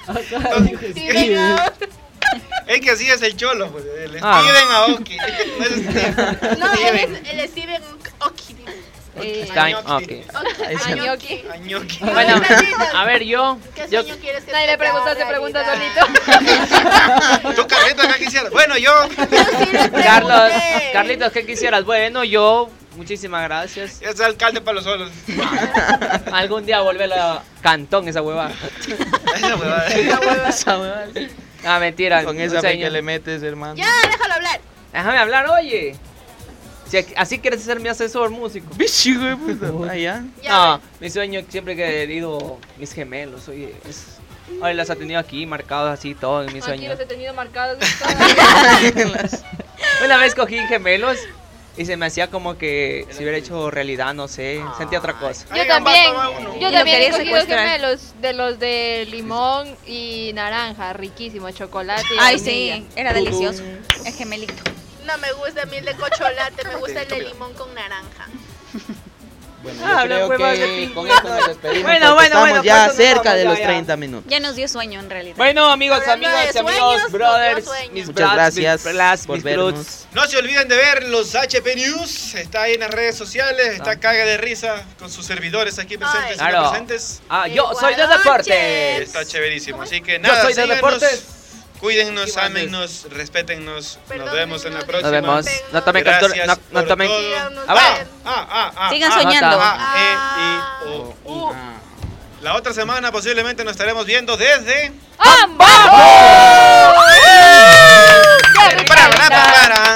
Speaker 4: Ajá, dice
Speaker 6: Sí,
Speaker 4: Steve.
Speaker 6: venga.
Speaker 5: Es que así es el cholo, pues. El Steven
Speaker 3: Ah.
Speaker 5: Aoki. No es este, Steven.
Speaker 6: No, él
Speaker 5: Steven.
Speaker 6: es el Steven Oki. dice.
Speaker 2: Eh,
Speaker 3: Time,
Speaker 5: Añoki.
Speaker 3: ok.
Speaker 2: Añoki.
Speaker 5: Añoki.
Speaker 3: Bueno, a ver, yo.
Speaker 6: ¿Qué
Speaker 3: yo
Speaker 6: sueño quieres que
Speaker 2: Nadie
Speaker 6: se
Speaker 2: le
Speaker 6: te
Speaker 2: pregunta,
Speaker 6: haga
Speaker 2: se pregunta
Speaker 6: realidad?
Speaker 2: solito.
Speaker 5: Tú, Carlito, acá quisiera. Bueno, yo.
Speaker 6: Yo sí le pregunté.
Speaker 3: Carlos, Carlitos, ¿qué quisieras? Bueno, yo. Muchísimas gracias.
Speaker 5: Es alcalde para los solos.
Speaker 3: Algún día volver a Cantón esa huevada.
Speaker 5: Esa huevada.
Speaker 3: Ah, mentira.
Speaker 8: Con
Speaker 3: un
Speaker 8: esa fe
Speaker 3: sueño.
Speaker 8: que le metes, hermano.
Speaker 6: Ya, déjalo hablar.
Speaker 3: Déjame hablar, oye. Si aquí- así quieres ser mi asesor músico.
Speaker 8: Bicho, hijo de puta. Ah, ya.
Speaker 6: Ya.
Speaker 3: No, mi sueño siempre que he querido mis gemelos, oye, es... Oye, las ha tenido aquí marcados así todo en mi
Speaker 2: Aquí
Speaker 3: sueño.
Speaker 2: los he tenido marcados.
Speaker 3: Ah, Una vez cogí gemelos y se me hacía como que si hubiera hecho realidad, no sé, sentía otra cosa.
Speaker 2: Yo
Speaker 5: Oigan, va,
Speaker 2: también,
Speaker 5: toma uno.
Speaker 2: yo
Speaker 7: Y lo
Speaker 2: también he
Speaker 7: quería
Speaker 2: cogido
Speaker 7: secuestrar.
Speaker 2: gemelos de los de limón y naranja, riquísimo, chocolate. y
Speaker 7: Ay,
Speaker 2: vainilla.
Speaker 7: sí, era delicioso. El gemelito.
Speaker 6: No me gusta a mí el de cocholate, me gusta el de limón con naranja.
Speaker 8: Bueno,
Speaker 3: Ah, hablan
Speaker 8: yo creo
Speaker 3: huevas de
Speaker 8: que
Speaker 3: pingüino.
Speaker 8: con esto nos
Speaker 3: Bueno,
Speaker 8: despedimos. porque
Speaker 3: bueno,
Speaker 8: estamos
Speaker 3: bueno,
Speaker 8: ya
Speaker 3: pues, nos
Speaker 8: cerca
Speaker 3: vamos,
Speaker 8: de
Speaker 3: ya,
Speaker 8: los
Speaker 3: ya.
Speaker 8: 30 minutos.
Speaker 7: Ya nos dio sueño en realidad.
Speaker 3: Bueno, amigos,
Speaker 6: Hablando
Speaker 3: amigas,
Speaker 6: de sueños,
Speaker 3: amigos,
Speaker 6: nos dio
Speaker 3: brothers,
Speaker 6: sueño.
Speaker 3: mis
Speaker 8: Muchas
Speaker 3: brats, mis
Speaker 8: gracias
Speaker 3: brats,
Speaker 8: por
Speaker 3: mis fruits.
Speaker 8: vernos.
Speaker 5: No se olviden de ver los HP News. Está ahí en las redes sociales. Está
Speaker 3: Ah.
Speaker 5: caga de risa con sus servidores aquí presentes y no
Speaker 3: Claro.
Speaker 5: presentes.
Speaker 3: Ah, yo soy de
Speaker 6: Guadalupe.
Speaker 3: deportes.
Speaker 5: Está chéverísimo. Así que
Speaker 3: Yo
Speaker 5: nada,
Speaker 3: soy de
Speaker 5: síganos.
Speaker 3: deportes.
Speaker 5: Cuídennos, ámennos, respétennos. Nos vemos en la próxima.
Speaker 3: Nos vemos. No tomen
Speaker 5: Gracias
Speaker 3: castor. No, no
Speaker 5: por
Speaker 3: tomen.
Speaker 5: todo.
Speaker 6: Síganos,
Speaker 3: Ah, va.
Speaker 5: Ah, ah, ah, ah,
Speaker 7: Sigan
Speaker 5: ah,
Speaker 7: soñando.
Speaker 5: ah, E, I, O, U. La otra semana posiblemente nos estaremos viendo desde.
Speaker 2: ¡Qué rica
Speaker 5: Para,
Speaker 2: está!
Speaker 5: para, para,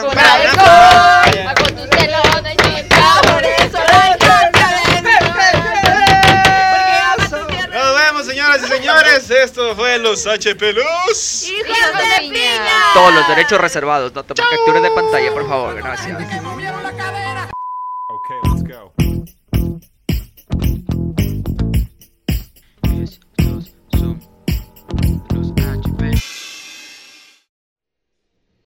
Speaker 2: Con
Speaker 5: para,
Speaker 2: alcohol,
Speaker 5: para.
Speaker 2: a con tus celones, chica, por eso la
Speaker 5: Nos vemos, señoras y señores. Esto fue los HP Luz.
Speaker 6: ¡Hijos de piña!
Speaker 3: Todos los derechos reservados. No tomen capturas de pantalla, por favor. Gracias.
Speaker 6: movieron la cadera.